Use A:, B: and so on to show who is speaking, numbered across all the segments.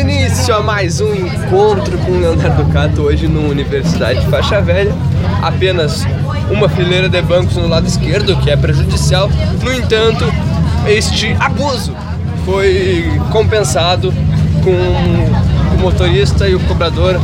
A: início a mais um encontro com o Leonardo Cato hoje no Universidade de Faixa Velha. Apenas uma fileira de bancos no lado esquerdo, que é prejudicial. No entanto, este abuso foi compensado com o motorista e o cobrador,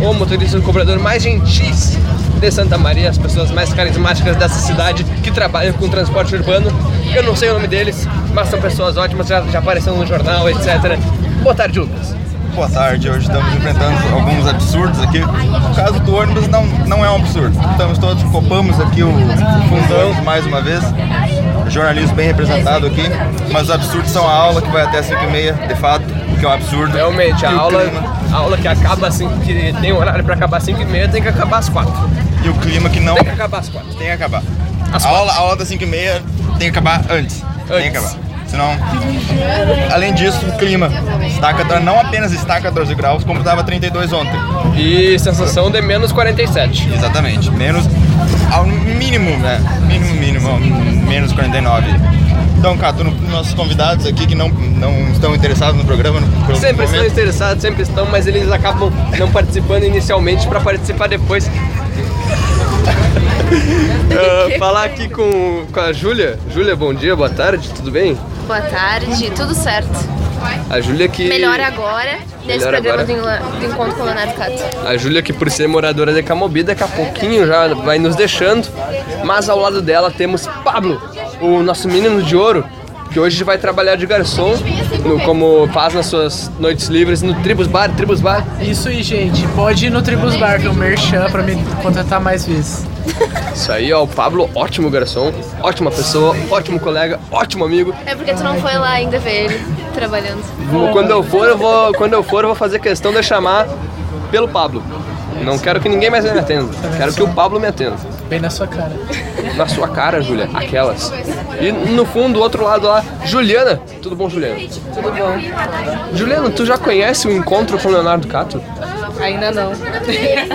A: o motorista e o cobrador mais gentis de Santa Maria, as pessoas mais carismáticas dessa cidade que trabalham com transporte urbano. Eu não sei o nome deles, mas são pessoas ótimas, já, já apareceram no jornal, etc. Boa tarde, Lucas.
B: Boa tarde, hoje estamos enfrentando alguns absurdos aqui. O caso do ônibus não, não é um absurdo. Estamos todos, copamos aqui o fundão mais uma vez. Jornalismo bem representado aqui. Mas os absurdos são a aula que vai até 5 e meia, de fato, o que é um absurdo.
A: Realmente,
B: E
A: a
B: o
A: aula,
B: clima-
A: a aula que acaba assim, que tem horário pra acabar às 5 e meia, tem que acabar às 4.
B: E o clima que não
A: Tem que acabar às 4.
B: tem que acabar.
A: As
B: A aula, a aula das 5 e meia tem que acabar antes. Tem que
A: Antes.
B: acabar. Senão. Além disso, o clima. Está 14 não apenas está 14 graus, como estava 32 ontem.
A: E sensação de menos 47.
B: Exatamente. Menos. Ao mínimo, né? Mínimo, mínimo. ao Menos 49. Então, Cato, no- nossos convidados aqui que não, não estão interessados no programa, no, pelo
A: Sempre estão
B: momento,
A: interessados, sempre estão, mas eles acabam não participando inicialmente pra participar depois. Ah, falar aqui com, com a Júlia. Júlia, bom dia, boa tarde, tudo bem?
C: Boa tarde, tudo certo.
A: A Júlia que.
C: Melhor agora, nesse
A: Melhor
C: programa
A: agora.
C: Do, enla- do Encontro com o Leonardo Cato.
A: A Júlia, que por ser moradora de Camobi, daqui a pouquinho já vai nos deixando. Mas ao lado dela temos Pablo, o nosso menino de ouro, que hoje vai trabalhar de garçom, no- como faz nas suas noites livres no Tribus Bar. Tribus Bar
D: Isso aí, gente. Pode ir no Tribus Bar, que é o Merchan, pra me contratar mais vezes.
A: Isso aí, ó, o Pablo, ótimo garçom, ótima pessoa, ótimo colega, ótimo amigo.
C: É porque tu não foi lá ainda ver ele trabalhando.
A: Vou- Quando eu for, eu vou, quando eu for, eu vou fazer questão de chamar pelo Pablo. Não quero que ninguém mais me atenda. Quero que o Pablo me atenda.
D: Bem na sua cara.
A: Na sua cara, Júlia, aquelas. E no fundo, do outro lado lá, Juliana. Tudo bom, Juliana? Tudo bom. Juliana, tu já conhece o encontro com o Leonardo Cato?
E: Ainda não.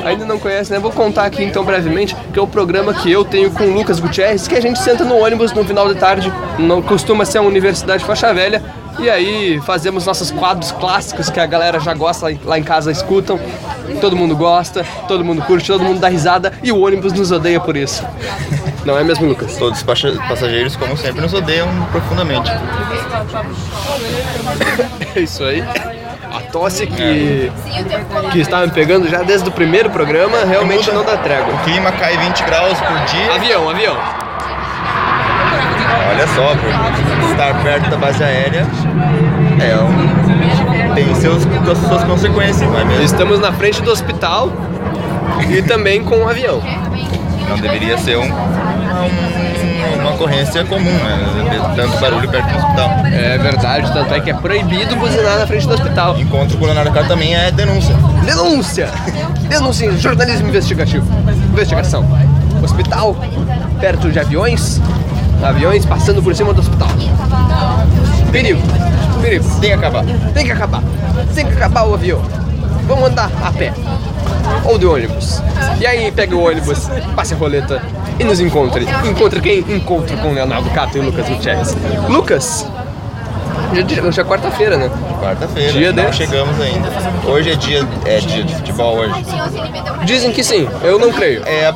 A: Ainda não conhece, né? Vou contar aqui então brevemente, que é o programa que eu tenho com o Lucas Gutierrez, que a gente senta no ônibus no final de tarde, não costuma ser a Universidade Faixa Velha, e aí fazemos nossos quadros clássicos que a galera já gosta lá em- lá em casa, escutam, todo mundo gosta, todo mundo curte, todo mundo dá risada, e o ônibus nos odeia por isso. Não é mesmo, Lucas?
B: Todos os passa- passageiros, como sempre, nos odeiam profundamente.
A: É isso aí. A tosse que, que está me pegando já desde o primeiro programa realmente não dá trégua.
B: O clima cai 20 graus por dia.
A: Avião, avião.
B: Olha só, pô, estar perto da base aérea é um- tem seus, suas consequências, não é mesmo?
A: Estamos na frente do hospital e também com o avião.
B: Não deveria ser um, um- uma ocorrência comum, né? Tanto barulho perto do hospital.
A: É verdade, tanto é que é proibido buzinar na frente do hospital.
B: Encontro com o Leonardo Carlos também é denúncia.
A: Denúncia! Denúncia em jornalismo investigativo. Investigação. Hospital perto de aviões. Aviões passando por cima do hospital. Perigo. Perigo.
B: Tem que acabar.
A: Tem que acabar. Tem que acabar o avião. Vamos andar a pé. Ou de ônibus. E aí pega o ônibus, passe a roleta e nos encontre. Encontre quem? Encontro com Leonardo Cato e Lucas Gutierrez. Lucas! Já- Hoje é quarta-feira, né?
B: Quarta-feira,
A: Dia
B: não
A: desse.
B: chegamos ainda. Hoje é dia, é dia de futebol hoje.
A: Dizem que sim, eu não creio.
B: É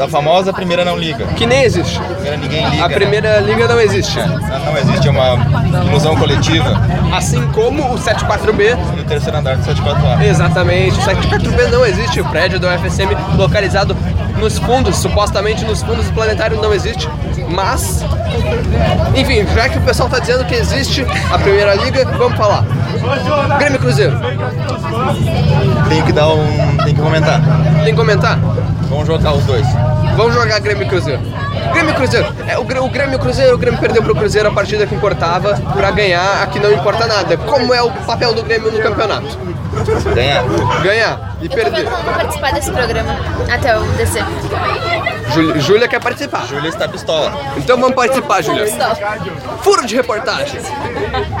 B: a, a famosa primeira não liga.
A: Que nem existe.
B: Primeira ninguém liga.
A: A
B: né?
A: primeira liga não existe.
B: Não não existe, é uma ilusão coletiva.
A: Assim como o 74B
B: E o terceiro andar do 744.
A: Exatamente. O 74B não existe. O prédio da UFSM localizado nos fundos, supostamente nos fundos do planetário não existe. Mas, enfim, já que o pessoal tá dizendo que existe a Primeira Liga, vamos falar. Grêmio e Cruzeiro,
B: Tem que dar um. Tem que comentar.
A: tem que comentar?
B: Vamos jogar os dois.
A: Vamos jogar Grêmio e Cruzeiro. Grêmio e Cruzeiro. É, o, Grê- o Grêmio e Cruzeiro, o Grêmio perdeu pro Cruzeiro a partida que importava pra ganhar a que não importa nada. Como é o papel do Grêmio no campeonato?
B: Ganhar.
A: Ganhar e
C: Eu tô vendo
A: perder.
C: que eu não vou participar desse programa até eu descer.
A: Júlia- Júlia quer participar.
B: Júlia está tá pistola.
A: Então vamos participar, Júlia.
C: Só.
A: Furo de reportagem.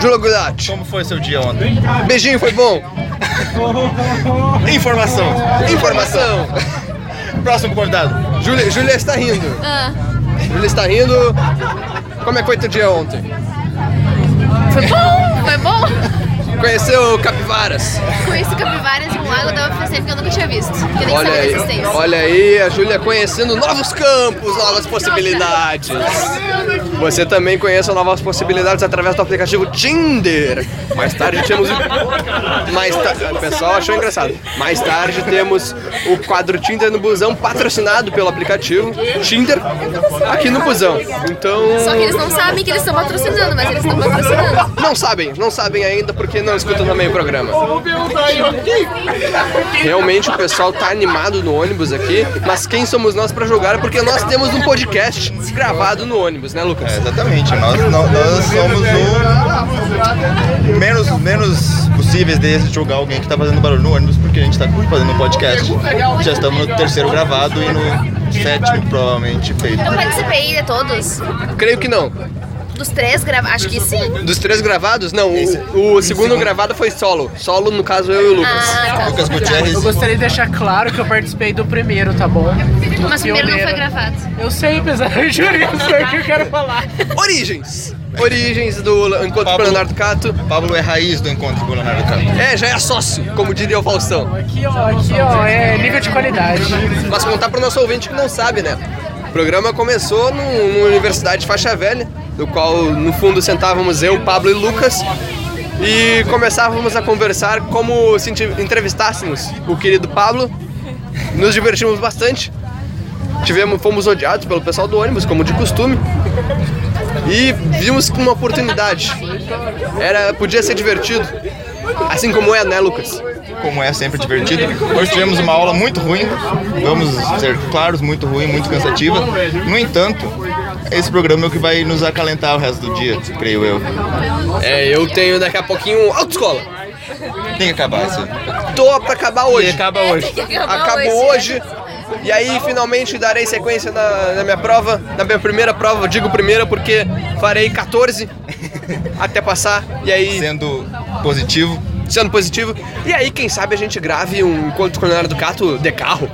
A: Júlio Gulati.
B: Como foi seu dia ontem?
A: Beijinho, foi bom.
B: Informação.
A: Informação.
B: Próximo convidado.
A: Júlia, Júlia está rindo.
C: Ah.
A: Júlia está rindo. Como é que foi teu dia ontem?
C: Foi bom? Foi bom?
A: conheceu capivaras.
C: Conheci capivaras em um lago da UFSM que eu nunca tinha visto. Que eu nem
A: Olha
C: sabia da
A: aí,
C: existência.
A: olha aí, a Júlia conhecendo novos campos, novas possibilidades. Você também conheça novas possibilidades através do aplicativo Tinder. Mais tarde temos. Mais ta... O pessoal achou engraçado. Mais tarde temos o quadro Tinder no Busão, patrocinado pelo aplicativo Tinder, aqui no Busão. Então.
C: Só que eles não sabem que eles estão patrocinando, mas eles estão patrocinando.
A: Não sabem, não sabem ainda porque não escutam também o programa. Realmente o pessoal tá animado no ônibus aqui, mas quem somos nós pra julgar? Porque nós temos um podcast gravado no ônibus, né, Lucas?
B: É, Exatamente, nós, nó- nós somos o menos, menos possíveis de julgar alguém que tá fazendo barulho no ônibus, porque a gente tá fazendo um podcast. Já estamos no terceiro gravado e no sétimo provavelmente feito.
C: Eu participei de todos.
A: Creio que não.
C: Dos três gravados. Acho que sim.
A: Dos três gravados, não. O, o segundo gravado foi solo. Solo, no caso, eu e o Lucas.
C: Ah,
B: Lucas
D: Eu
B: Gutierrez,
D: gostaria de deixar claro que eu participei do primeiro, tá bom?
C: tá. Mas o primeiro não foi
D: Pioneiro.
C: gravado.
D: Eu sei, apesar de juro, eu sei o que eu quero falar.
A: Origens! Origens do Encontro com
B: Pablo.
A: Leonardo Cato.
B: Pablo é raiz do encontro tá? com o Leonardo Campos.
A: É, já é sócio, como diria o Faustão.
D: Aqui, ó, aqui, ó, é nível de qualidade.
A: Mas contar pro nosso ouvinte que não sabe, né? O programa começou no- numa universidade faixa velha, no qual no fundo sentávamos eu, Pablo e Lucas e começávamos a conversar como se inte- entrevistássemos o querido Pablo. Nos divertimos bastante. Tivemos, fomos odiados pelo pessoal do ônibus, como de costume. E vimos que uma oportunidade. Era, podia ser divertido. Assim como é, né, Lucas?
B: como é sempre divertido. Hoje tivemos uma aula muito ruim, vamos ser claros, muito ruim, muito cansativa. No entanto, esse programa é o que vai nos acalentar o resto do dia, creio eu.
A: É, eu tenho daqui a pouquinho um autoescola.
B: Tem que acabar assim. isso.
A: Tô pra acabar hoje.
B: acaba hoje.
A: Acabou hoje. E aí, finalmente, darei sequência na, na minha prova, na minha primeira prova. Eu Digo primeira porque farei 14 até passar. E aí,
B: Sendo positivo,
A: sendo positivo. E aí, quem sabe a gente grave um encontro com o Leonardo Cato de carro.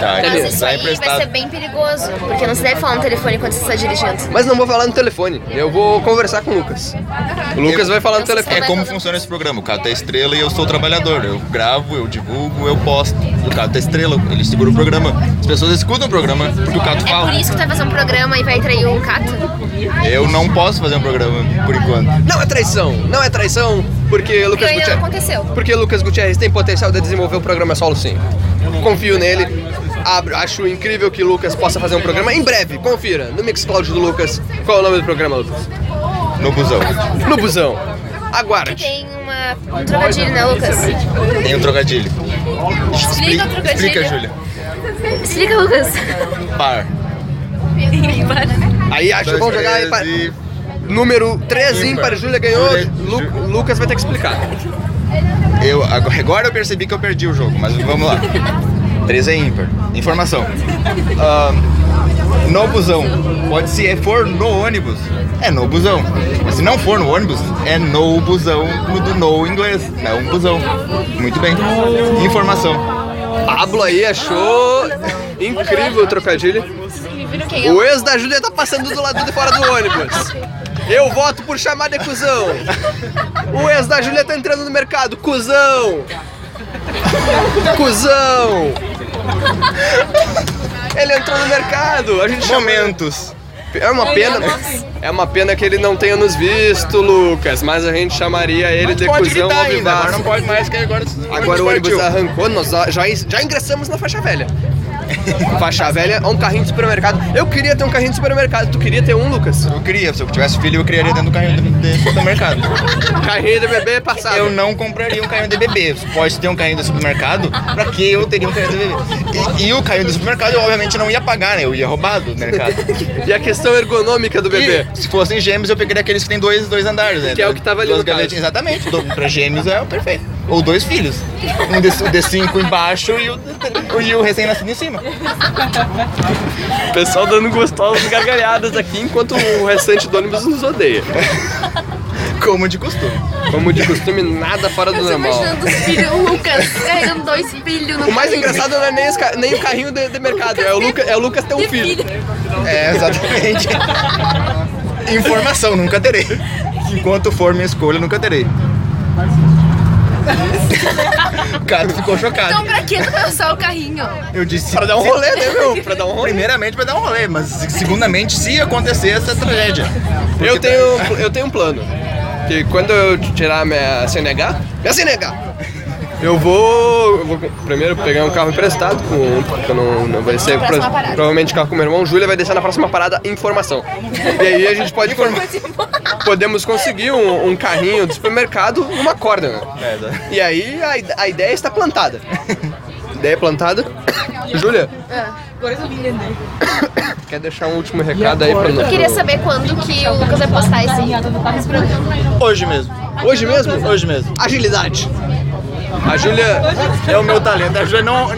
B: tá,
C: Mas
B: ele
C: isso
B: sai
C: aí vai ser
B: emprestado.
C: bem perigoso, porque não se deve falar no telefone quando você está dirigindo.
A: Mas não vou falar no telefone. Eu vou conversar com o Lucas. O Lucas vai falar no
B: É
A: telefone.
B: como funciona esse programa. O Cato é estrela e eu sou o trabalhador. Eu gravo, eu divulgo, eu posto. O Cato é estrela, ele segura o programa. As pessoas escutam o programa porque o Cato
C: É por
B: fala.
C: isso que tu vai fazer um programa e vai trair um o Cato?
B: Eu não posso fazer um programa por enquanto.
A: Não é traição. Não é traição porque
C: Porque
A: Lucas
C: ainda não
A: Gutierrez.
C: aconteceu.
A: Porque Lucas Gutierrez tem potencial de desenvolver o programa solo sim. Confio nele. Abro- acho incrível que Lucas possa fazer um programa em breve. Confira no Mixcloud do Lucas. Qual é o nome do programa, Lucas?
B: No busão.
A: No busão. Aguarde.
C: Tem uma, um trocadilho, né, Lucas?
B: Tem um trocadilho.
C: Explica o trocadilho.
B: Explica, Júlia.
C: Explica, Lucas.
B: Par.
A: Aí acho que vamos jogar aí para
B: E...
A: número 3 ímpar.
B: Ímpar.
A: Júlia ganhou.
B: Júlia-
A: Lu- Lucas vai ter que explicar.
B: Eu, agora agora eu percebi que eu perdi o jogo, mas vamos lá. 3 é ímpar. Informação. Ah, no busão. Pode se é, for no ônibus, é no busão. Mas se não for no ônibus, é no busão no do no inglês. Não busão. Muito bem. Informação.
A: Pablo aí achou incrível o trocadilho. O ex da Júlia tá passando do lado de fora do ônibus. Eu voto por chamar de cuzão. O ex da Júlia tá entrando no mercado. Cuzão. Cuzão. Ele entrou no mercado. A gente chama-
B: Momentos.
A: É uma pena. É uma pena que ele não tenha nos visto, Lucas. Mas a gente chamaria ele de cuzão ao
B: agora não
A: vivaço.
B: pode mais, que agora,
A: Agora o ônibus arrancou, nós já, já ingressamos na faixa velha. Faixa velha é um carrinho de supermercado. Eu queria ter um carrinho de supermercado. Tu queria ter um, Lucas?
B: Eu queria, se eu tivesse filho, eu criaria dentro do carrinho do, do supermercado.
A: Carrinho de bebê passado.
B: Eu não compraria um carrinho de bebê. Pode ter um carrinho do supermercado, pra que eu teria um carrinho de bebê? E, e o carrinho do supermercado eu obviamente não ia pagar, né? Eu ia roubar do mercado.
A: E a questão ergonômica do bebê.
B: E, se fossem gêmeos, eu pegaria aqueles que tem dois, dois andares, né?
A: Que é o que tava ali
B: Duas
A: no caso.
B: gavetinhas. Exatamente. Do- pra gêmeos é o perfeito. Ou dois filhos. Um de, o de cinco embaixo e o, de- e o recém-nascido em cima.
A: O pessoal dando gostosas gargalhadas aqui, enquanto o restante do ônibus nos odeia.
B: Como de costume.
A: Como de costume, nada fora do
C: Eu tô
A: normal.
C: imaginando os filhos, o Lucas carregando dois filhos no
A: O mais
C: carrinho.
A: engraçado não é nem, os ca- nem o carrinho de, de mercado, é o, Luca, é o Lucas ter um filho.
B: É, exatamente. Informação, nunca terei. Enquanto for minha escolha, nunca terei.
A: O cara ficou chocado.
C: Então pra que tu vai usar o carrinho?
B: Eu disse.
A: Pra dar um rolê, né, meu? Pra dar um rolê.
B: Primeiramente pra dar um rolê, mas segundamente se acontecer essa tragédia.
A: Eu tenho, eu tenho um plano. Que quando eu tirar minha CNH, minha CNH, eu vou, eu vou primeiro pegar um carro emprestado, com, porque eu não, não vai ser pro- provavelmente carro com meu irmão. Júlia vai deixar na próxima parada informação. E aí a gente pode podemos conseguir um, um carrinho do supermercado numa corda, né?
B: É, tá.
A: E aí a, ide- a ideia está plantada. ideia é plantada. Júlia,
C: É,
A: quer deixar um último recado aí pra nós?
C: Eu queria saber quando que o Lucas vai postar esse, esse programa.
B: Hoje mesmo.
A: Hoje mesmo?
B: Hoje mesmo.
A: Agilidade. A Júlia.
B: É o meu talento. A Júlia não.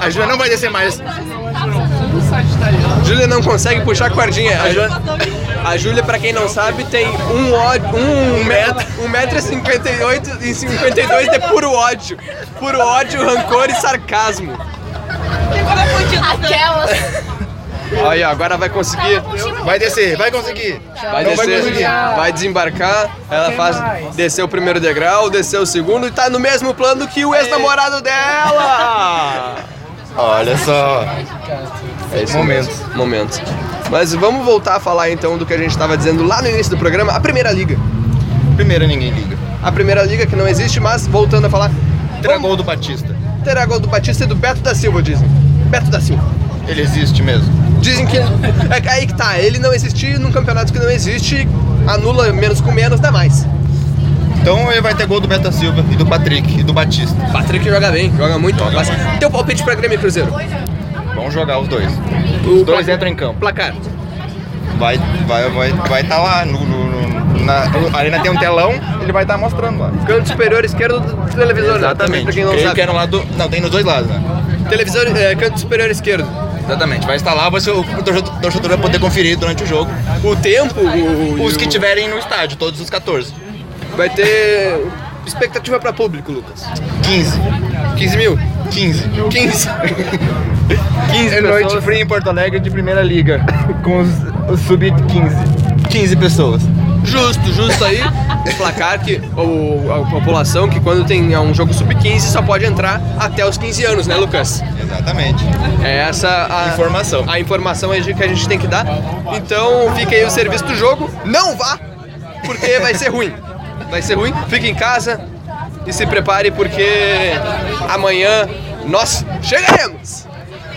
B: A Júlia não vai descer mais.
A: Júlia não consegue puxar a cordinha. A, Ju... a Júlia, pra quem não sabe, tem um ódio. Um metro, um metro e cinquenta e oito e cinquenta e dois de puro ódio. Puro ódio, rancor e sarcasmo.
C: Aquelas.
A: Aí, ó, agora vai conseguir.
B: Vai descer, vai conseguir.
A: Vai
B: Não vai
A: descer,
B: conseguir.
A: vai desembarcar. Ela
D: Quem
A: faz
D: mais?
A: descer o primeiro degrau, descer o segundo e tá no mesmo plano que o ex-namorado dela.
B: Olha só.
A: É isso
B: Momentos.
A: mesmo. Momentos. Mas vamos voltar a falar então do que a gente estava dizendo lá no início do programa, a primeira liga.
B: Primeiro ninguém liga.
A: A primeira liga que não existe, mas voltando a falar.
B: Tragou do Batista.
A: vamos- Terá gol do Batista e do Beto da Silva, dizem. Beto da Silva.
B: Ele existe mesmo.
A: Dizem que. É aí que tá, ele não existir num campeonato que não existe, anula menos com menos, dá mais.
B: Então ele vai ter gol do Beta Silva e do Patrick e do Batista.
A: Patrick joga bem, joga muito, rapaz. Teu palpite pra Grêmio e Cruzeiro?
B: Vamos jogar os dois.
A: Os
B: dois entram em campo.
A: Placar.
B: Vai vai vai vai tá lá no, no- no- na a arena tem um telão, ele vai estar mostrando lá.
A: Canto superior esquerdo do televisor, né? Também, Pra quem não
B: Ele
A: sabe.
B: quer no um lado, não, tem nos dois lados, né?
A: Televisor, é, canto superior esquerdo.
B: Exatamente. Vai estar lá, você, o torcedor torcedor vai poder conferir durante o jogo
A: O tempo, o,
B: os que
A: tiver.
B: tiverem no estádio, todos os 14.
A: Vai ter expectativa pra público, Lucas.
B: 15.
A: 15 mil?
B: 15.
A: 15.
B: 15
A: É noite
B: free em Porto Alegre de primeira liga. Com os, sub-15. 15 pessoas.
A: Justo, justo aí. O placar que ou, a população que quando tem um jogo sub-15 só pode entrar até os 15 anos, né, Lucas?
B: Exatamente.
A: É essa a
B: Informação.
A: A informação aí que a gente tem que dar. Então fica aí o serviço do jogo. Não vá, porque vai ser ruim. Vai ser ruim. Fique em casa e se prepare porque amanhã nós chegaremos.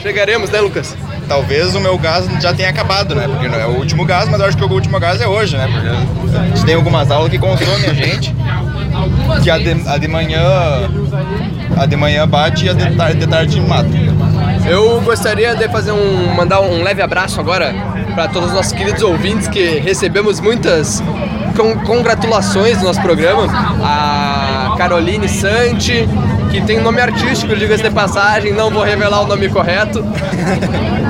A: Chegaremos, né, Lucas?
B: Talvez o meu gás já tenha acabado, né? Porque não é o último gás, mas eu acho que o último gás é hoje, né? Porque a gente tem algumas aulas que consomem a gente. Que a de, a de manhã. A de manhã bate e a de tarde, de tarde mata.
A: Eu gostaria de fazer um mandar um leve abraço agora para todos os nossos queridos ouvintes que recebemos muitas con- congratulações do nosso programa. A Caroline Sante, que tem um nome artístico, diga-se de passagem, não vou revelar o nome correto.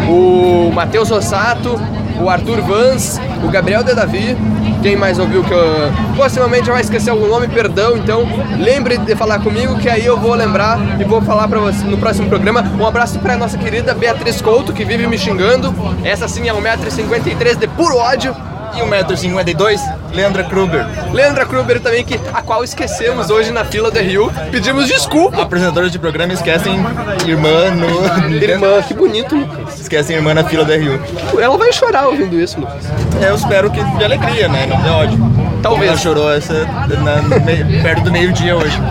A: O Matheus Rossato, o Arthur Vans, o Gabriel De Davi. Quem mais ouviu que eu... Possivelmente eu vai esquecer algum nome, perdão, então lembre de falar comigo que aí eu vou lembrar e vou falar pra você no próximo programa. Um abraço pra nossa querida Beatriz Couto, que vive me xingando. Essa sim é 1,53m de puro ódio.
B: E 1,52m, Leandra Kruger,
A: Leandra Kruber também, que, a qual esquecemos hoje na fila do Rio. Pedimos desculpa.
B: apresentadores de programa esquecem irmã no.
A: Irmã, que bonito, Lucas.
B: Esquecem irmã na fila da Rio.
A: Ela vai chorar ouvindo isso, Lucas.
B: Eu espero que de alegria, né? Não de ódio.
A: Talvez.
B: Ela chorou essa na- no meio- perto do meio-dia hoje.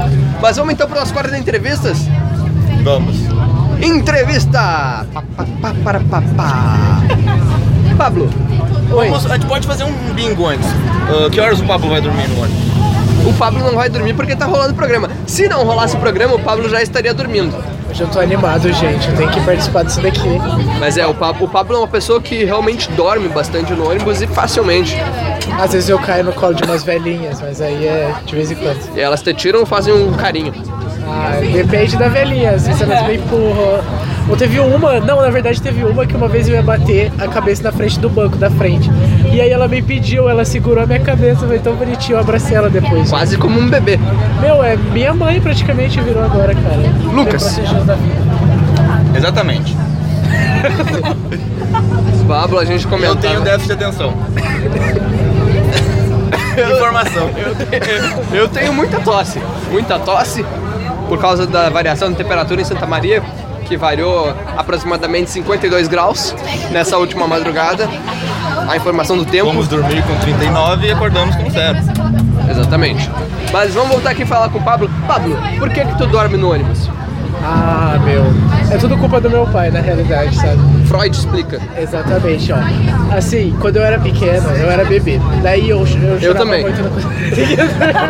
A: Mas vamos então para nosso quadro de entrevistas?
B: Vamos.
A: Entrevista! Pa, pa, pa, para, pa, pa. Pablo, oi.
B: Moço, a gente pode fazer um bingo antes. Ah, que horas o Pablo vai dormir no ônibus?
A: O Pablo não vai dormir porque tá rolando o programa. Se não rolasse o programa, o Pablo já estaria dormindo.
D: Hoje eu tô animado, gente. Eu tenho que participar disso daqui.
A: Mas é, o Pablo, o Pablo é uma pessoa que realmente dorme bastante no ônibus e facilmente.
D: Às vezes eu caio no colo de umas velhinhas, mas aí é de vez em quando.
A: E elas te tiram e fazem um carinho.
D: Ah, depende da velhinha, às vezes elas me empurram. Ou teve uma, não, na verdade teve uma que uma vez eu ia bater a cabeça na frente do banco da frente. E aí ela me pediu, ela segurou a minha cabeça, foi tão bonitinho, eu abracei ela depois.
A: Quase como um bebê.
D: Meu, é minha mãe praticamente virou agora, cara.
A: Lucas.
D: Preconceitos da vida.
B: Exatamente.
A: Pablo, a gente
B: Eu tenho
A: comentava.
B: déficit de atenção. Informação.
A: Eu tenho muita tosse, muita tosse, por causa da variação da temperatura em Santa Maria, que variou aproximadamente 52 graus nessa última madrugada. A informação do tempo.
B: Fomos dormir com 39 e acordamos com zero.
A: Exatamente. Mas vamos voltar aqui e falar com o Pablo. Pablo, por que, que tu dorme no ônibus?
D: Ah, meu. É tudo culpa do meu pai, na realidade, sabe?
A: Freud explica.
D: Exatamente, ó. Assim, quando eu era pequeno, eu era bebê. Daí eu, eu, chorava
A: também.
D: muito, eu não conseguia dormir.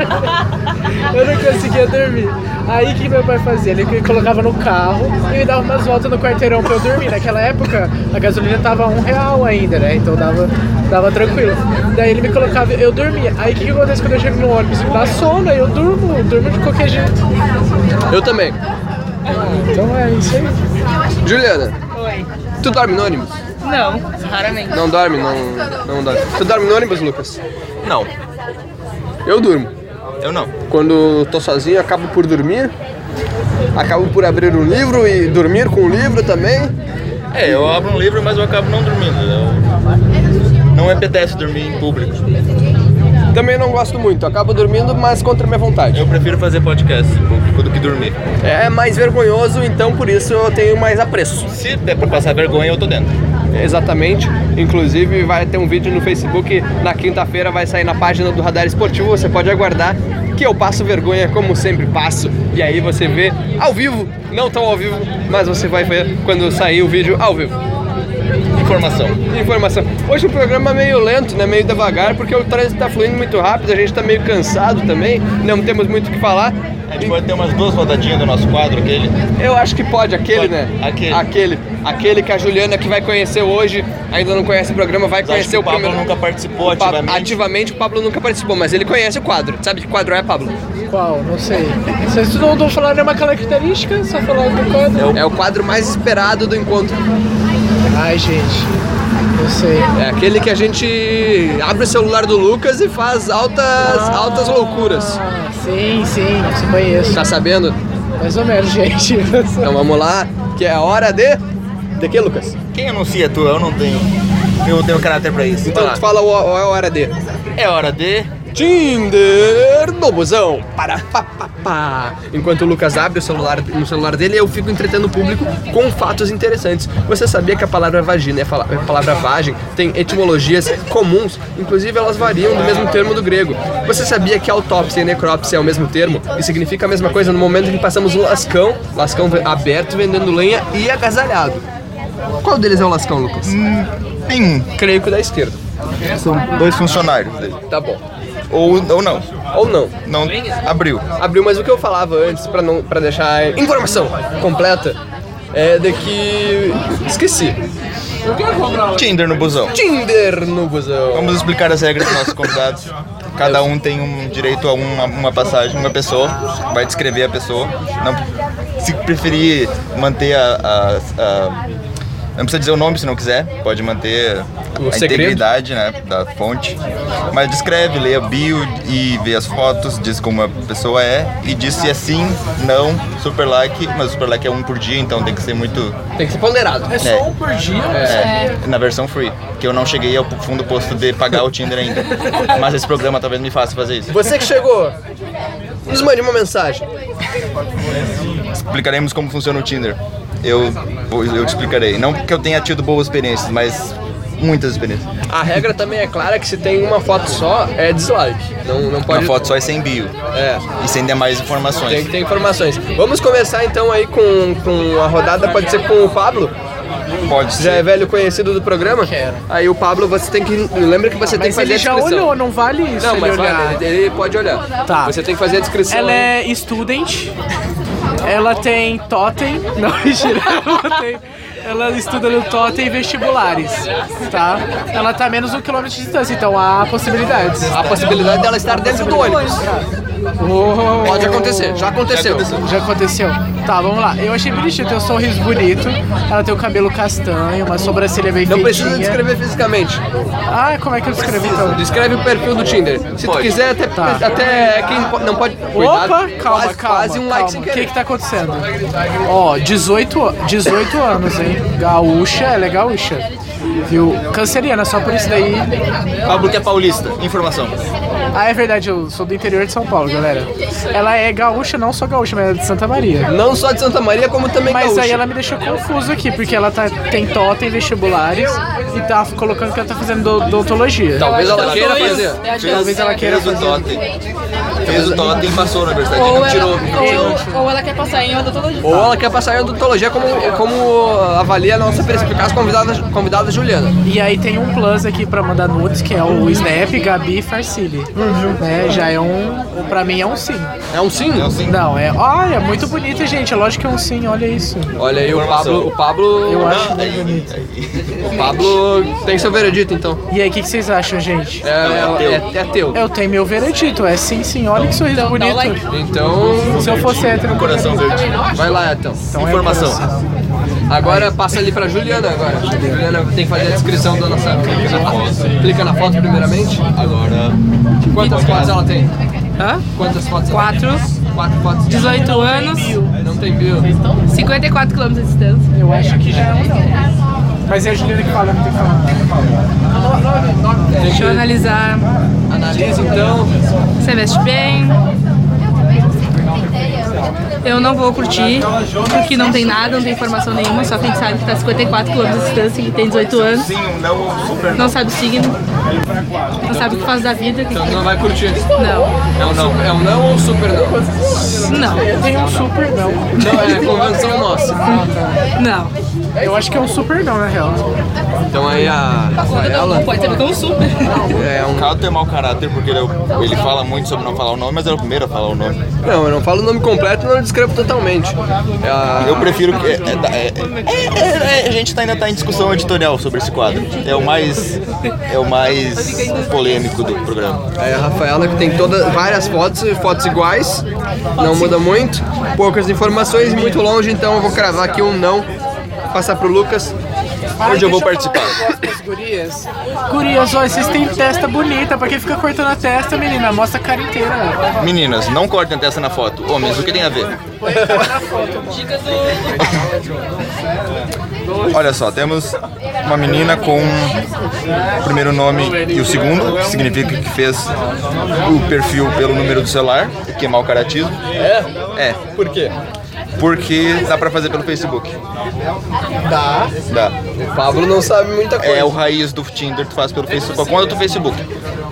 D: Eu não conseguia dormir. Aí o que meu pai fazia? Ele me colocava no carro e me dava umas voltas no quarteirão pra eu dormir. Naquela época, a gasolina tava um real ainda, né? Então dava, dava tranquilo. Daí ele me colocava, eu dormia. Aí o que, que acontece quando eu chego no ônibus? Me dá sono, aí eu durmo, durmo de qualquer jeito.
A: Eu também.
D: Então é isso aí.
A: Juliana,
E: Oi.
A: tu dorme no ônibus?
E: Não, raramente.
A: Não dorme, não, não dorme. Tu dorme no ônibus, Lucas?
B: Não,
A: Eu durmo.
B: eu não.
A: Quando tô sozinho, acabo por dormir. Acabo por abrir um livro e dormir com o livro também.
B: É, eu abro um livro, mas eu acabo não dormindo. Eu- Não me apetece dormir em público.
A: Também não gosto muito, acabo dormindo, mas contra minha vontade.
B: Eu prefiro fazer podcast em público do que dormir.
A: É mais vergonhoso, então por isso eu tenho mais apreço.
B: Se der pra passar vergonha, eu tô dentro.
A: Exatamente. Inclusive vai ter um vídeo no Facebook na quinta-feira, vai sair na página do Radar Esportivo, você pode aguardar que eu passo vergonha como sempre passo. E aí você vê ao vivo, não tão ao vivo, mas você vai ver quando sair o vídeo ao vivo.
B: Informação.
A: Informação. Hoje o programa é meio lento, né? Meio devagar, porque o trânsito tá fluindo muito rápido, a gente tá meio cansado também, não temos muito o que falar.
B: A gente pode ter umas duas rodadinhas do nosso quadro, aquele.
A: Eu acho que pode, aquele,
B: Pode,
A: né?
B: aquele.
A: Aquele. Aquele que a Juliana que vai conhecer hoje, ainda não conhece o programa, vai
B: Mas acho
A: conhecer
B: que
A: é o
B: o Pablo
A: primeiro.
B: nunca participou
A: O Pablo-
B: ativamente.
A: ativamente o Pablo nunca participou, mas ele conhece o quadro. Sabe que quadro é, Pablo?
D: Qual? Não sei. Vocês não estão falando nenhuma característica, só falando do quadro.
A: É o quadro mais esperado do encontro.
D: Ai, gente. Não sei.
A: É aquele que a gente abre o celular do Lucas e faz altas, altas loucuras.
D: Ah, sim, sim, eu conheço.
A: Tá sabendo?
D: Mais ou menos, gente.
A: Então vamos lá, que é a hora de. De que, Lucas?
B: Quem anuncia é tu? Eu não tenho. Eu não tenho caráter pra isso.
A: Então
B: Tá.
A: tu fala o, o- a hora de.
B: É hora de.
A: Tinder no busão. Para, pá, pá, pá. Enquanto o Lucas abre o celular no celular dele, eu fico entretendo o público com fatos interessantes. Você sabia que a palavra vagina é fala- a palavra vagem tem etimologias comuns, inclusive elas variam do mesmo termo do grego. Você sabia que autópsia e necrópsia é o mesmo termo e significa a mesma coisa no momento em que passamos o lascão, lascão ve- aberto vendendo lenha e agasalhado. Qual deles é o lascão, Lucas?
B: Tem um.
A: Creio que o da esquerda.
B: São dois funcionários dele.
A: Tá bom.
B: Ou, ou não.
A: Ou não.
B: Não abriu.
A: abriu, mas o que eu falava antes pra não para deixar a informação completa é de que esqueci.
B: Tinder no busão.
A: Tinder no busão.
B: Vamos explicar as regras dos nossos convidados. Cada um tem um direito a uma, uma passagem, uma pessoa. Vai descrever a pessoa. Não- se preferir manter a, a- a- Não precisa dizer o nome se não quiser. Pode manter
A: O
B: a
A: segredo.
B: integridade né, da fonte. Mas descreve, lê a bio e vê as fotos, diz como a pessoa é. E diz se é sim, não, super like. Mas super like é um por dia, então tem que ser muito.
A: Tem que ser ponderado.
D: É só um por dia?
B: É, na versão free, que eu não cheguei ao fundo do posto de pagar o Tinder ainda. Mas esse programa talvez me faça fazer isso.
A: Você que chegou, nos mande uma mensagem.
B: Explicaremos como funciona o Tinder. Eu, eu te explicarei. Não que eu tenha tido boas experiências, mas muitas experiências.
A: A regra também é clara que se tem uma foto só, é dislike. Não, não pode.
B: Uma foto só é sem bio.
A: É.
B: E sem demais
A: Tem que
B: informações.
A: ter informações. Vamos começar então aí com, com a rodada, pode ser com o Pablo,
B: Pode
A: já é
B: ser.
A: velho conhecido do programa.
D: Quero.
A: Aí o Pablo, você tem que. Lembra que você tem que
D: Mas
A: fazer
D: ele
A: a
D: já
A: descrição.
D: olhou, né? não vale isso
A: Não,
D: ele
A: mas
D: olhar.
A: olha, ele pode olhar.
D: Tá.
A: Você tem que fazer a descrição.
D: Ela é student. Ela tem totem. Não, mentira. Ela, tem, ela estuda no totem e vestibulares, tá? Ela tá a menos de um quilômetro de distância, então há possibilidades.
A: A possibilidade dela estar dentro do ônibus.
D: Oh.
A: Pode acontecer, já aconteceu.
D: Já aconteceu? Tá, vamos lá. Eu achei bonitinho, tem um sorriso bonito. Ela tem o cabelo castanho, uma sobrancelha bem
A: Não
D: feitinha.
A: precisa descrever fisicamente.
D: Ah, como é que eu descrevi então?
A: Descreve o perfil do Tinder. Se tu
B: Pode.
A: quiser, até,
D: Tá.
A: até quem po- não pode.
D: Opa,
A: Cuidado,
D: calma, calma.
A: quase, quase um like sem
D: calma. O que
A: querer.
D: que tá acontecendo? Ó, 18, a- 18 anos, hein? Gaúcha, ela é gaúcha. Viu? Canceriana, só por isso daí.
B: Pablo que é paulista. Informação.
D: Ah, é verdade, eu sou do interior de São Paulo, galera. Ela é gaúcha, não só gaúcha, mas é de Santa Maria.
A: Não só de Santa Maria, como também
D: Mas
A: gaúcha.
D: aí ela me deixou confuso aqui, porque ela tá, tem TOTA tem vestibulares e tá colocando que ela tá fazendo do- odontologia.
A: Talvez ela queira
E: Dois.
A: fazer.
E: Eu acho que é
D: Talvez ela queira
B: Fez o
D: fazer-
B: totem. Fez o totem e passou na universidade.
E: Ou
B: Não
E: ela,
B: tirou.
E: ou, ou ela quer passar em odontologia.
A: Ou ela quer passar em odontologia como, como avalia a nossa perspicaz convidada, convidada Juliana.
D: E aí tem um plus aqui pra mandar nudes, que é o Snap, Gabi e Farcili. Né? Já é um. Pra mim é um sim.
A: É um sim?
B: É assim.
D: Não, é. Olha, muito bonito, gente. É lógico que é um sim, olha isso.
A: Olha aí o Pablo. O Pablo.
D: Eu acho
B: Aí,
D: muito bonito.
B: é
A: O Pablo tem seu veredito, então.
D: E aí, o que, que vocês acham, gente?
A: É, é, é teu.
D: Eu tenho meu veredito, é sim, sim. Olha que sorriso bonito.
E: like.
A: Então.
D: Se eu fosse hétero, eu
B: Coração verde.
A: Vai lá, então.
D: Então é
B: Informação.
D: coração.
A: Agora passa ali pra Juliana agora. Juliana tem que fazer a descrição da nossa. Clica na foto. Clica na foto primeiramente.
B: Agora.
A: Quantas fotos ela tem?
E: Hã?
A: Quantas fotos
E: Quatro.
A: ela tem? Quatro fotos.
E: 18 anos,
A: Não tem bio.
E: 54 km de distância.
D: Eu acho que já é um não. Mas é a Juliana que fala, não tem que falar.
E: Deixa eu analisar.
A: Analisa então.
E: Você veste bem. Eu não vou curtir, porque não tem nada, não tem informação nenhuma, só quem sabe que tá 54 km de distância, que tem 18 anos,
B: Sim, um não super.
E: não sabe o signo, não sabe o que faz da vida. que-
A: Então não vai curtir.
E: Não,
A: É um não. É um não ou um super não?
E: não,
D: Tem um super não.
A: Não, é convenção nossa.
E: não.
D: Eu acho que é um super não, na real.
A: Então aí a Rafaela
E: Não pode saber que é um super.
A: é um.
B: O Caldo é mau caráter porque ele, é o- ele fala muito sobre não falar o nome, mas era o primeiro a falar o nome.
A: Não, eu não falo o nome completo, não descrevo totalmente. É a-
B: Eu prefiro que. é- é- é- é- é- é- a gente tá- ainda tá em discussão editorial sobre esse quadro. É o mais. É o mais polêmico do programa.
A: É a Rafaela que tem toda, várias fotos, fotos iguais, não muda muito, poucas informações, muito longe, então eu vou cravar aqui um não, passar pro Lucas.
B: Hoje eu vou
D: Deixa
B: participar.
D: falar um negócio pras Gurias, Gurias, ó, vocês têm testa bonita, pra quem fica cortando a testa, menina? Mostra a cara inteira.
B: Meninas, não cortem a testa na foto. Homens, o que tem a ver? Olha só, temos uma menina com o primeiro nome e o segundo, que significa que fez o perfil pelo número do celular, o que é mau caratismo. É? É. Por quê? Porque dá pra fazer pelo Facebook. Dá. Dá.
A: O Pablo não sabe muita coisa.
B: É o raiz do Tinder, tu faz pelo Facebook. Quando do Facebook.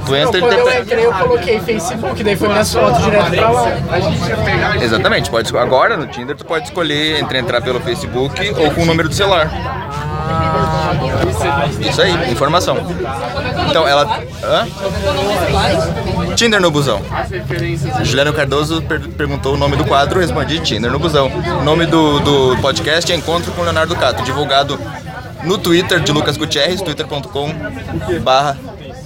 B: Tu
D: Não,
B: entra e
D: quando eu
B: te...
D: entrei, eu coloquei Facebook, daí foi minhas fotos direto pra lá.
B: Exatamente, pode, esco- agora no Tinder tu pode escolher entre entrar pelo Facebook ou com o número do celular. Isso aí, informação. Então ela. Hã? Tinder no busão. Juliano Cardoso per- perguntou o nome do quadro, respondi Tinder no busão. O nome do, do podcast é Encontro com Leonardo Cato, divulgado no Twitter de Lucas Gutierrez, twitter.com barra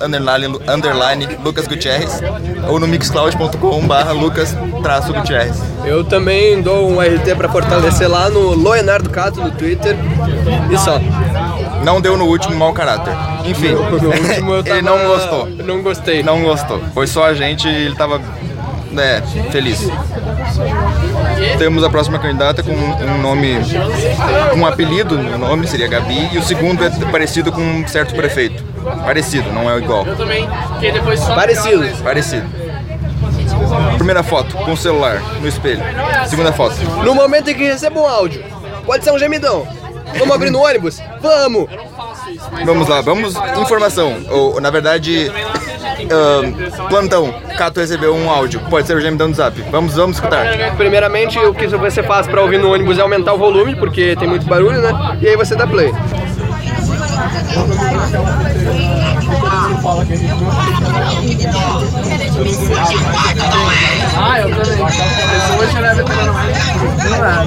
B: underline, underline Lucas Gutierrez ou no mixcloud.com barra Lucas traço Gutierrez.
A: Eu também dou um RT pra fortalecer lá no Leonardo Cato no Twitter. E só.
B: Não deu no último mau caráter. Enfim,
A: No último eu tava-
B: ele não gostou.
A: Não gostei.
B: Não gostou. Foi só a gente e ele tava né, feliz. Temos a próxima candidata com um nome, um apelido no nome, seria Gabi, e o segundo é parecido com um certo prefeito. Parecido, não é igual.
A: Parecido.
B: Parecido. Primeira foto, com o celular, no espelho. Segunda foto.
A: No momento em que recebo um áudio, pode ser um gemidão. Vamos abrir no ônibus? Vamos!
B: Vamos lá, vamos. Informação. Ou, na verdade, ahn, plantão. Cato recebeu um áudio. Pode ser o gemidão do zap. Vamos, vamos escutar.
A: né? Primeiramente, o que você faz pra ouvir no ônibus é aumentar o volume, porque tem muito barulho, né? E aí você dá play.
D: Ah, eu também. Eu vou tirar a veterana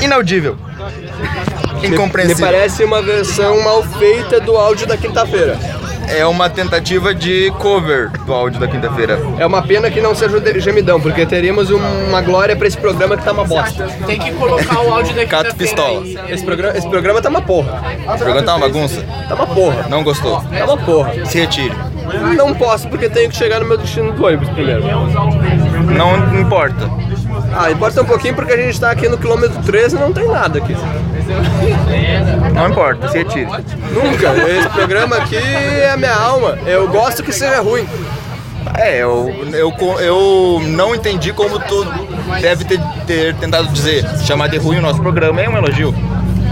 B: Inaudível.
A: Me
B: Incompreensível.
A: parece uma versão mal feita do áudio da quinta-feira.
B: É uma tentativa de cover do áudio da quinta-feira.
A: É uma pena que não seja o de- gemidão, porque teríamos um- uma glória pra esse programa que tá uma bosta.
D: Tem que colocar o áudio daqui
B: Cato pistola.
A: Esse programa, esse programa tá uma porra.
B: Perguntar uma bagunça?
A: Tá uma porra.
B: Não gostou.
A: Tá uma porra.
B: Se retire.
A: Não posso, porque tenho que chegar no meu destino do ônibus primeiro.
B: Não importa.
A: Ah, importa um pouquinho porque a gente tá aqui no quilômetro 13 e não tem nada aqui.
B: Não importa, se retire.
A: Nunca. Esse programa aqui é a minha alma. Eu gosto que seja ruim.
B: É, eu, eu, co- eu não entendi como tu deve ter, ter tentado dizer. Chamar de ruim o nosso programa é um elogio.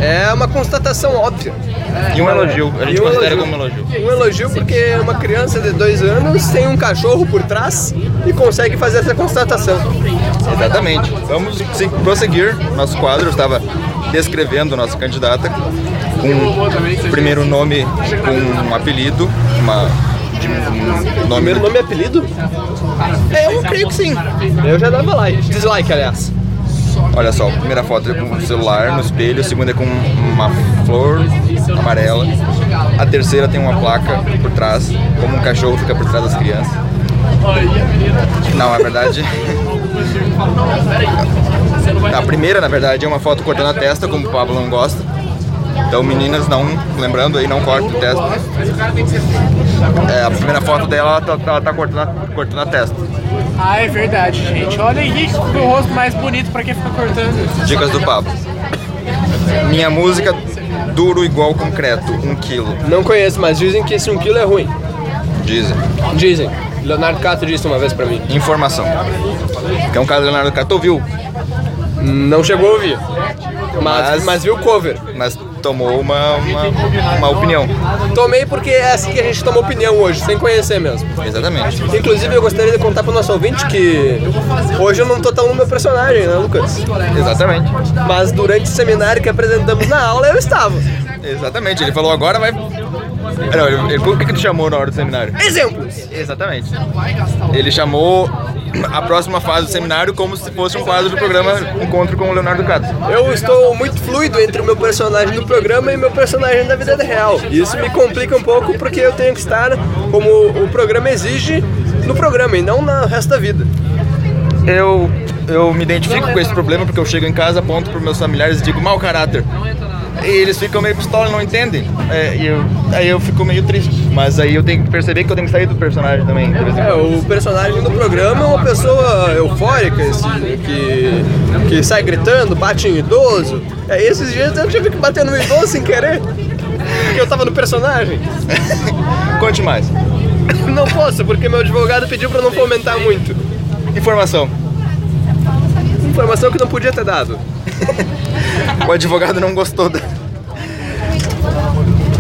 A: É uma constatação óbvia.
B: E um elogio. A gente
A: E um
B: considera como um elogio.
A: Um elogio porque uma criança de dois anos tem um cachorro por trás e consegue fazer essa constatação.
B: Exatamente. Vamos sim, prosseguir. Nosso quadro eu estava descrevendo nossa candidata com primeiro nome com um apelido, uma de- um nome
A: Primeiro nome e apelido? É, eu creio que sim. Eu já dava like. Dislike, aliás.
B: Olha só, primeira foto é com um celular no espelho, a segunda é com uma flor amarela, a terceira tem uma placa por trás, como um cachorro fica por trás das crianças. Não, na verdade. A primeira, na verdade, é uma foto cortando a testa, como o Pablo não gosta. Então, meninas, não, lembrando aí, não cortem a testa. É, a primeira foto dela, ela tá, tá- tá cortando, a- cortando a testa.
D: Ah, é verdade, gente. Olha aí que rosto mais bonito pra quem fica cortando.
B: Dicas do Pablo. Minha música duro igual concreto, um quilo,
A: Não conheço, mas dizem que esse 1 um quilo é ruim.
B: dizem.
A: Dizem. Leonardo Cato disse uma vez pra mim.
B: Informação. Que é um cara do Leonardo Cato viu,
A: Não chegou a ouvir. Mas,
B: Mas-
A: mas viu o cover.
B: mas tomou uma, uma, uma opinião.
A: Tomei porque é assim que a gente toma opinião hoje, sem conhecer mesmo.
B: Exatamente.
A: Inclusive, eu gostaria de contar pro nosso ouvinte que hoje eu não tô tão no meu personagem, né, Lucas?
B: Exatamente.
A: Mas durante o seminário que apresentamos na aula, eu estava.
B: Exatamente. Ele falou agora vai. Não, ele, ele, por que, que tu chamou na hora do seminário?
A: Exemplos!
B: Exatamente. Ele chamou a próxima fase do seminário como se fosse um quadro do programa Encontro com o Leonardo Cato.
A: Eu estou muito fluido entre o meu personagem do programa e meu personagem da vida real. E Isso me complica um pouco porque eu tenho que estar, como o programa exige, no programa e não no resto da vida.
B: Eu, eu me identifico com esse problema porque eu chego em casa, aponto para meus familiares e digo mau caráter. E eles ficam meio pistola, não entendem. É, e eu, aí eu fico meio triste. Mas aí eu tenho que perceber que eu tenho que sair do personagem também. Por exemplo.
A: É, o personagem do programa é uma pessoa eufórica, assim, que, que sai gritando, bate em idoso. É, esses dias eu tive que bater no idoso sem querer, porque eu tava no personagem.
B: Conte mais.
A: Não posso, porque meu advogado pediu pra não fomentar muito.
B: Informação.
A: Informação que não podia ter dado.
B: O advogado não gostou. da-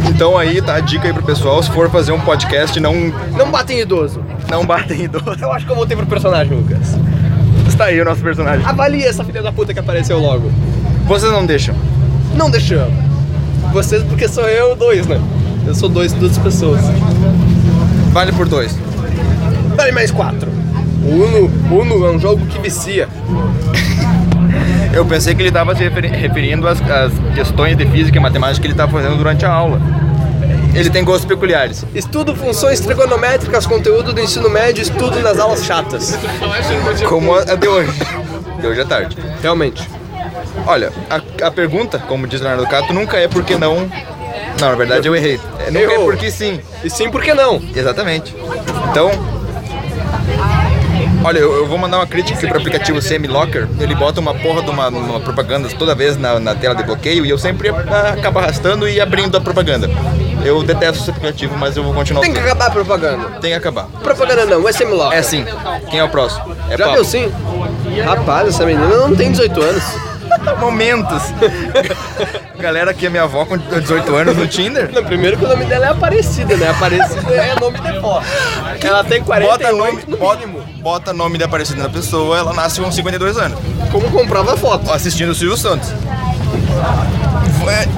B: Então aí tá a dica aí pro pessoal, se for fazer um podcast, não,
A: Não bate em idoso.
B: não batem idoso.
A: Eu acho que eu voltei pro personagem, Lucas.
B: Está aí o nosso personagem.
A: Avalie essa filha da puta que apareceu logo.
B: Vocês não deixam.
A: Não deixamos. Vocês, porque sou eu dois, né? Eu sou dois, duas pessoas.
B: Vale por dois.
A: Vale mais quatro. O Uno, Uno é um jogo que vicia.
B: Eu pensei que ele estava se referi- referindo às, às questões de física e matemática que ele estava fazendo durante a aula. Ele tem gostos peculiares.
A: Estudo funções trigonométricas, conteúdo do ensino médio, estudo nas aulas chatas.
B: Como a a de hoje. De hoje à tarde.
A: Realmente.
B: Olha, a, a pergunta, como diz Leonardo Cato, nunca é porque não. Não, na verdade eu errei. É, nunca
A: Errou.
B: é porque sim.
A: E sim, por que não?
B: Exatamente. Então. Olha, eu, eu vou mandar uma crítica aqui pro aplicativo Semi-Locker. Ele bota uma porra de uma, uma propaganda toda vez na, na tela de bloqueio e eu sempre ah, acabo arrastando e abrindo a propaganda. Eu detesto esse aplicativo, mas eu vou continuar.
A: Tem que
B: usando.
A: acabar a propaganda.
B: Tem que acabar.
A: Propaganda não, é semiloca.
B: É sim. Quem é o próximo? É
A: Já
B: Pablo.
A: viu sim? Rapaz, essa menina não tem 18 anos.
B: Momentos. Galera que é minha avó com 18 anos no Tinder.
A: Não, primeiro que o nome dela é Aparecida, né? Aparecida é nome de pó. Ela tem 48
B: Bota nome,
A: no
B: bota,
A: mínimo.
B: bota nome da aparecida da pessoa, ela nasce com 52 anos.
A: Como comprova a foto.
B: assistindo o Silvio Santos.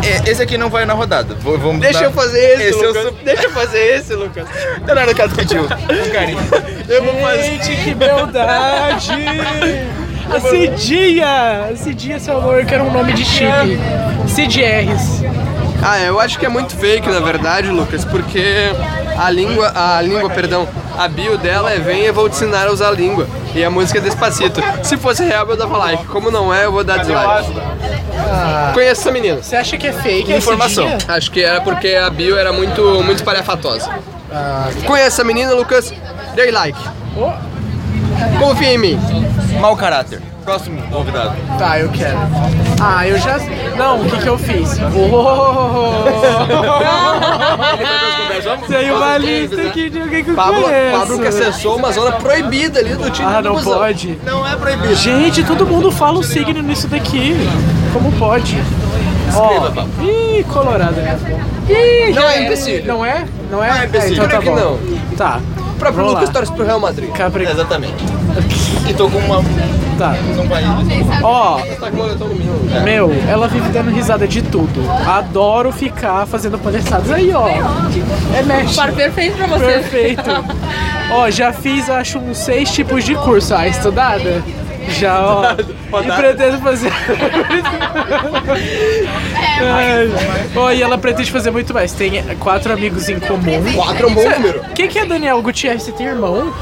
B: É, é, Esse aqui não vai na rodada. Vou- Vamos
A: Deixa
B: dar-
A: eu fazer esse,
B: Esse é o
A: Lucas.
B: su-
A: Deixa eu fazer esse, Lucas.
B: Leonardo Cato pediu. Um carinho.
A: Eu vou fazer.
D: Gente, que beldade! A Cidia! Cidia, seu amor, eu quero um nome de chip. Cidierres.
A: Ah, eu acho que é muito fake, na verdade, Lucas, porque a língua, a língua, perdão, a bio dela é vem eu vou te ensinar a usar a língua. E a música é Despacito. Se fosse real, eu dava like. Como não é, eu vou dar dislike. Conheço essa menina.
D: Você acha que é fake?
B: Informação.
D: Essa Dia?
A: Acho que era porque a bio era muito, muito espalhafatosa. Ah, Conhece essa menina, Lucas? Dei like.
D: Oh,
A: Confia em mim.
B: Mau caráter. Próximo convidado.
D: Tá, eu quero. Ah, eu já. Não, o que que eu fiz? Oh! Tem uma lista aqui de alguém que eu
A: Pablo,
D: conheço.
A: Pablo que acessou uma zona proibida ali do time
D: né? Ah,
A: do
D: não
A: busão.
D: pode.
B: Não é proibido.
D: Gente, todo mundo fala o signo nisso daqui. Como pode? Ó, ih, colorado. né? Ih,
A: Não
D: já
A: é empecilho.
D: Não é? Não é?
B: Não é empecilho.
D: então tá
A: Creio que
D: bom. Tá.
A: O próprio
D: Vamos
A: Lucas
D: lá.
A: torce pro Real Madrid.
D: Capri...
B: Exatamente. E tô com uma.
D: Tá.
B: São países.
D: Ó,
A: Tá com o moletom no meu.
D: meu, ela vive dando risada de tudo. Adoro ficar fazendo palhaçadas. Aí, ó. É mexe.
E: Par perfeito pra você.
D: Perfeito. Ó, já fiz, acho, uns seis tipos de curso. Ah, estudada? Já, ó. E pretendo fazer. Ai. Ó, e ela pretende fazer muito mais. Tem quatro amigos em comum.
A: Quatro é um bom número.
D: Quem que é Daniel Gutierrez? Você tem irmão?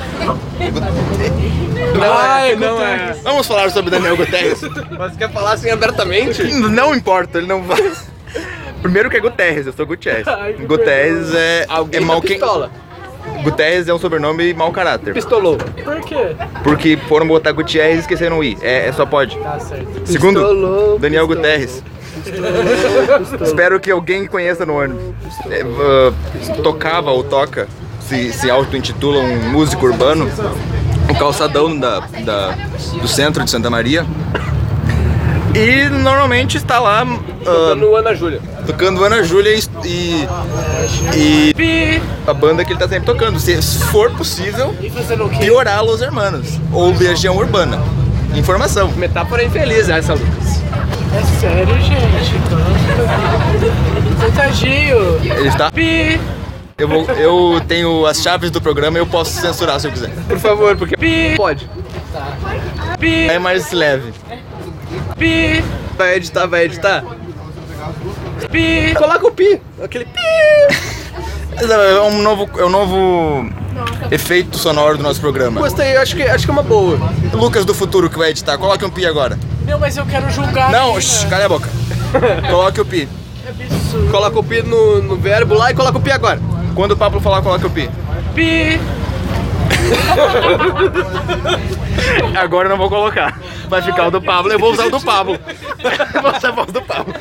A: Não
D: Ai,
A: é, não é.
D: Guterres.
B: Vamos falar sobre Daniel Guterres.
A: Mas quer falar assim abertamente?
B: não importa, ele não vai. Primeiro que é Guterres, eu sou Guterres.
D: Ai, que
B: Guterres é,
A: Alguém
B: é
A: mal
B: mau quem.
A: pistola.
B: Guterres é um sobrenome mau caráter.
A: Pistolou.
D: Por quê?
B: Porque foram botar Gutierrez e esqueceram o I. É, é só pode.
D: Tá certo.
B: Segundo,
A: Pistolou,
B: Daniel
A: pistolou.
B: Guterres. Espero que alguém conheça no ônibus. É, uh, tocava ou toca, se, se auto-intitula um músico urbano, o calçadão da, da- do centro de Santa Maria. E normalmente está lá
A: Tá
B: uh,
A: no Ana Júlia.
B: tocando Ana Júlia e, e, e
D: Pi!
B: a banda que ele está sempre tocando. Se for possível,
D: E fazendo o quê?
B: piorar Los Hermanos ou Legião Urbana. Informação.
A: Metáfora infeliz né, essa, Lucas.
D: É sério, gente. Contagio!
B: Ele está.
D: Pi!
B: Eu, vou- eu tenho as chaves do programa e eu posso censurar se eu quiser.
A: Por favor, porque
D: Pi!
A: pode.
D: Pi!
B: É mais leve.
D: Pi!
A: Vai editar, vai editar.
D: Pi!
A: Coloca o pi. Aquele pi.
B: Mas É um novo, é um novo efeito sonoro do nosso programa.
A: Gostei, acho que, acho que é uma boa.
B: Lucas do futuro que vai editar, coloque um pi agora.
D: Não, mas eu quero julgar.
B: Não,
D: a
B: shh,
D: mina.
B: cala a boca. Coloque o pi.
A: Coloca o pi no, no verbo lá e coloca o pi agora.
B: Quando o Pablo falar, coloque o pi.
D: Pi!
B: Agora eu não vou colocar. Vai ficar o do Pablo. Eu vou usar o do Pablo. Eu vou usar a voz do Pablo.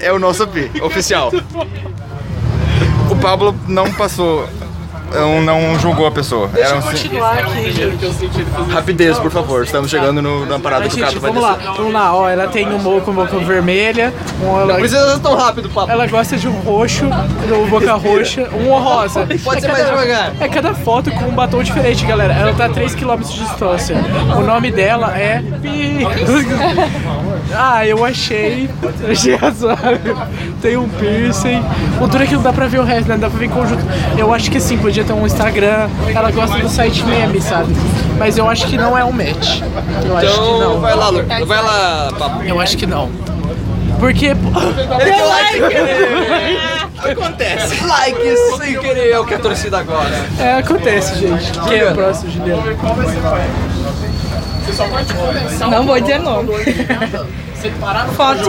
B: É o nosso pi, oficial. O Pablo não passou. Não, não julgou a pessoa. Era um
D: Deixa eu
B: sim-
D: continuar aqui, gente.
B: Rapidez, por favor. Estamos chegando no- na parada
D: Mas,
B: do carro.
D: gente,
B: vai
D: vamos lá.
B: descer.
D: Vamos lá, ó. Ela tem um moco, moco vermelha. Um, ela,
A: Não é. precisa ser tão rápido, papo.
D: ela gosta de um roxo, do boca roxa, um rosa.
A: Pode ser mais devagar.
D: É cada foto com um batom diferente, galera. Ela tá a 3km de distância. O nome dela é. Pi. Ah, eu achei. Achei razoável. Tem um piercing. O duro é que não dá pra ver o resto, né? Não dá pra ver em conjunto. Eu acho que assim, podia ter um Instagram. Ela gosta do site meme, sabe? Mas eu acho que não é um match. Eu acho que
A: Então
D: não.
A: vai lá, Lucas. Vai lá, papo.
D: Eu acho que não. Porque.
A: Acontece. Likes sem querer
D: um
A: é o que a torcida gosta.
D: É, acontece, gente. Quem é o próximo, Juliano?
E: Não vou dizer nome. Foto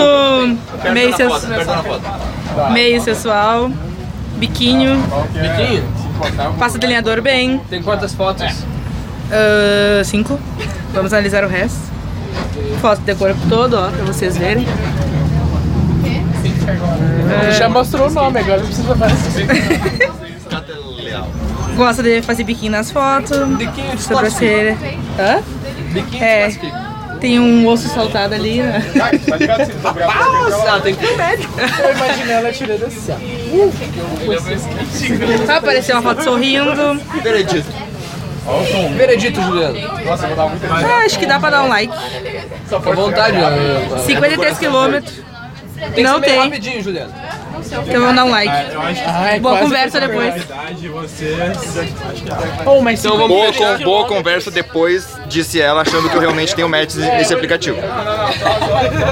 E: meio,
A: Perto da
E: sensu-
A: foto, perto da foto.
E: meio sensual, biquinho,
A: Biquinho,
E: passa delineador bem,
A: tem quantas fotos?
E: ah, cinco. Vamos analisar o resto. Foto de corpo todo, ó, pra vocês verem.
B: É.
D: Já mostrou o nome, agora não precisa mais.
E: Gosta de fazer biquinho nas fotos,
A: Biquinho de
E: sobrancelha. Hã?
A: Biquinho
E: É.
A: de plástico.
E: Tem um osso saltado ali, né?
A: Nossa, tem que ter médico.
D: Eu imaginei ela tirando assim, ó.
E: Apareceu uma foto sorrindo.
B: Veredito.
A: Veredito, Juliano.
E: Ah, acho que dá pra dar um like.
A: Fica à vontade, ó.
E: 53 quilômetros.
A: Tem que
E: Não
A: ser meio
E: tem.
A: rapidinho, Juliano.
E: Então vamos dar um like.
D: Ai,
E: Boa
D: quase
E: conversa
D: que eu
E: depois.
D: fui. Oh, mas então
B: Boa, con- boa conversa depois, disse ela, achando que eu realmente tenho match nesse aplicativo.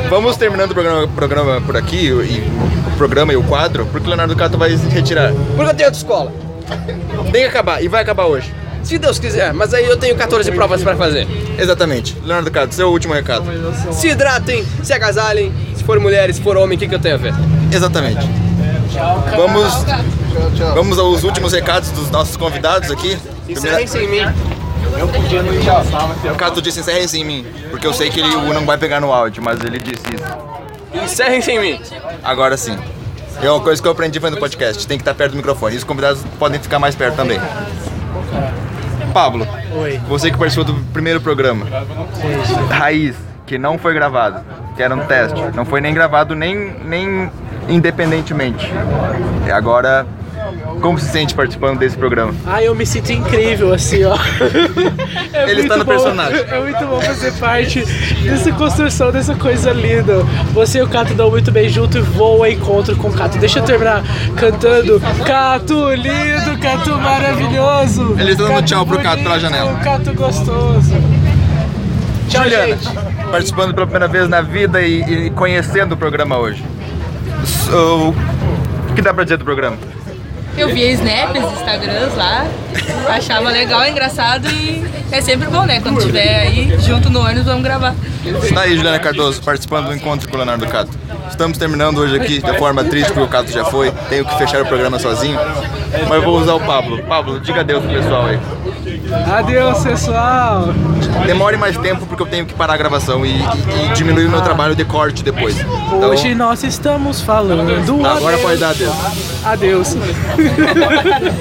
B: Vamos terminando o programa, programa por aqui, e, o programa e o quadro, porque o Leonardo Cato vai se retirar.
A: Porque eu tenho autoescola.
B: Tem que acabar, e vai acabar hoje.
A: Se Deus quiser, mas aí eu tenho 14 provas pra fazer.
B: Exatamente. Leonardo Cato, seu último recado.
A: Se hidratem, se agasalhem. Se for mulher, se for homem, o que, que eu tenho a ver?
B: Exatamente. Vamos, vamos aos últimos recados dos nossos convidados aqui.
A: Encerrem sem mim.
B: No caso, tu disse encerrem-se em mim, porque eu sei que ele, o não vai pegar no áudio, mas ele disse isso.
A: Encerrem sem mim.
B: Agora sim. É uma coisa que eu aprendi fazendo podcast, tem que estar perto do microfone. E os convidados podem ficar mais perto também. Pablo,
D: Oi.
B: você que participou do primeiro programa, Raiz, que não foi gravado, que era um teste, não foi nem gravado nem, nem independentemente. E agora, como se sente participando desse programa?
D: Ai, eu me sinto incrível, assim, ó. É
B: Ele está
D: muito
B: no
D: bom-
B: personagem.
D: É muito bom fazer parte dessa construção, dessa coisa linda. Você e o Cato dão muito bem junto e voa encontro com o Cato. Deixa eu terminar cantando. Cato lindo, Cato maravilhoso.
B: Ele tá dando tchau pro Cato pela
D: bonito,
B: janela.
D: Cato gostoso. Tchau, gente.
B: participando pela primeira vez na vida e, e conhecendo o programa hoje. So, o que dá pra dizer do programa?
E: Eu via snaps, Instagrams lá, achava legal, engraçado e é sempre bom, né? Quando tiver aí junto no ônibus, vamos gravar.
B: Está aí, Juliana Cardoso, participando do encontro com o Leonardo Cato. Estamos terminando hoje aqui de forma triste, porque o Cato já foi. Tenho que fechar o programa sozinho. Mas eu vou usar o Pablo. Pablo, diga adeus pro pessoal aí.
D: Adeus, pessoal.
B: Demore mais tempo, porque eu tenho que parar a gravação e, e- e diminuir o meu trabalho de corte depois. Então,
D: Hoje nós estamos falando.
B: agora
D: adeus.
B: pode dar adeus.
D: Adeus.